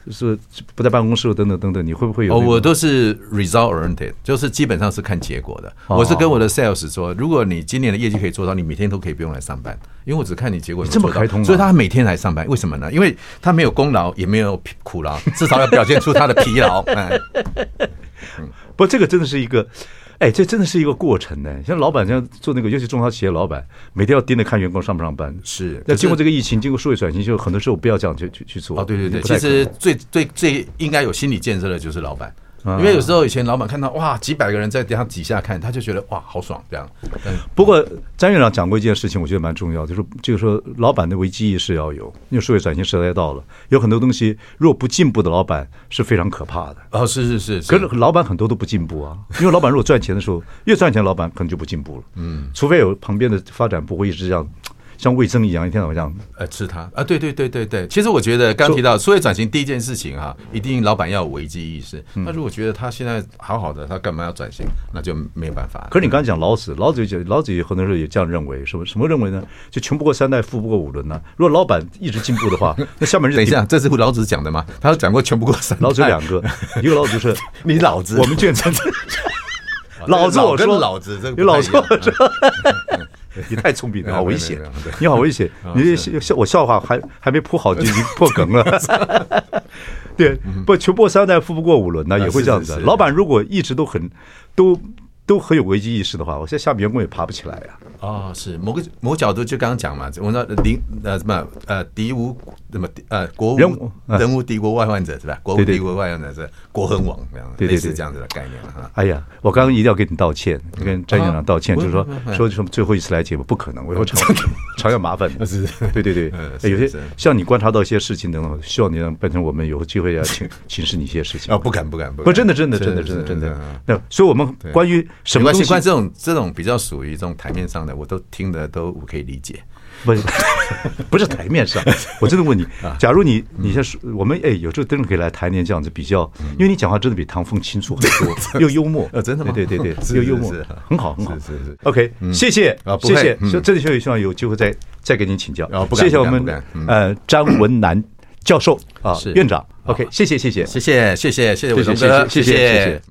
A: 是不在办公室等等等等，你会不会有
B: 哦，
A: 那个
B: 我都是 result oriented，就是基本上是看结果的。
A: 哦
B: 我是跟我的 sales 说，如果你今年的业绩可以做到，你每天都可以不用来上班，因为我只看你结果有
A: 你
B: 没有
A: 这么
B: 做到
A: 开通啊
B: 所以他每天来上班，为什么呢？因为他没有功劳，也没有 苦劳，至少要表现出他的疲 劳。哎，
A: 不，这个真的是一个，哎，这真的是一个过程呢。像老板这样做那个，尤其中小企业老板，每天要盯着看员工上不上班。
B: 是
A: 那经过
B: 可
A: 这个疫情，经过社会转型，就很多时候不要这样去去去做。
B: 哦，对对对，
A: 不太
B: 其
A: 可能
B: 实最最最应该有心理建设的就是老板。
A: 啊
B: 因为有时候以前老板看到哇几百个人在他底下看，他就觉得哇好爽这样。嗯，
A: 不过詹院长讲过一件事情，我觉得蛮重要，就是就是说老板的危机意识要有，因为社会转型时代到了，有很多东西如果不进步的老板是非常可怕的。
B: 哦是是是，
A: 可是老板很多都不进步啊，因为老板如果赚钱的时候，越赚钱老板可能就不进步了。嗯，除非有旁边的发展部会一直这样，像魏征一样一天到晚这样
B: 呃，吃它啊，对对对对对。其实我觉得刚提到数位转型第一件事情啊，一定老板要有危机意识。
A: 嗯
B: 那如果觉得他现在好好的，他干嘛要转型？那就没有办法。
A: 可是你刚才讲老子，老子也老子也很多时候也这样认为，什么什么认为呢？就穷不过三代，富不过五伦呢、如果老板一直进步的话，那下面人就
B: 等一下，这是老子讲的吗？他讲过全不过三代，
A: 老子有两个，一个老子就是
B: 你老子
A: 我们卷成
B: 啊
A: 老子我
B: 跟
A: 说
B: 老子这个
A: 有老子
B: 我说，
A: 你太聪明了，好危险
B: 没有没有没有，
A: 你好危险，
B: 啊
A: 你这笑笑我笑话还还没铺好就已经破梗 了。对，不穷不过三代，富不过五伦呢，
B: 嗯啊
A: 也会这样
B: 是
A: 子
B: 是。是
A: 老板如果一直都很都都很有危机意识的话，我现在下面员工也爬不起来啊呀、
B: 哦，是某个某角度就刚刚讲嘛，我们说敌呃什么呃敌无什么敌呃国
A: 人无
B: 无
A: 啊
B: 人无敌国外患者是吧？国无
A: 对对
B: 敌国外患者是国恒亡这样的，
A: 对对
B: 类似
A: 对
B: 这样子的概念哈。
A: 哎呀，我刚刚一定要跟你道歉，跟詹院长道歉，
B: 啊
A: 就是说
B: 不不不
A: 说什么最后一次来节目不可能，我以后常常有麻烦的。
B: 是
A: 对对对，
B: 嗯
A: 哎
B: 是
A: 有些
B: 是
A: 像你观察到一些事情等等，希望你能变成我们有机会要请请示你一些事情
B: 啊，。不敢不敢不敢，
A: 哦不，真的，真的，
B: 是
A: 真的，
B: 是
A: 真的，真
B: 是
A: 的
B: 嗯。
A: 那所以，我们关于什
B: 没
A: 么
B: 关
A: 东
B: 系，
A: 西
B: 关于这种这种比较属于这种台面上的，我都听得都我可以理解。
A: 不是不 是台面上，我真的 问你，
B: 啊
A: 假如你
B: 嗯
A: 你先说，我们哎，有时候真的可以来谈点这样子比较，因为你讲话真的比唐风清楚很 多，又幽默，
B: 呃嗯真的吗
A: 对对对
B: 是
A: 对，又幽默
B: 是是，
A: 很好很好，
B: 是是是
A: OK，谢谢
B: 啊不
A: 谢
B: 会
A: 谢，
B: 嗯
A: 所以真的希望希望有机会再再跟您请教
B: 啊，不敢
A: 谢谢我
B: 不敢
A: 们
B: 不敢嗯
A: 呃张文南教授啊
B: 是
A: 院长，OK，谢谢谢谢。
B: 谢谢谢谢谢谢
A: 谢
B: 伟忠
A: 谢
B: 哥，
A: 谢谢谢谢谢谢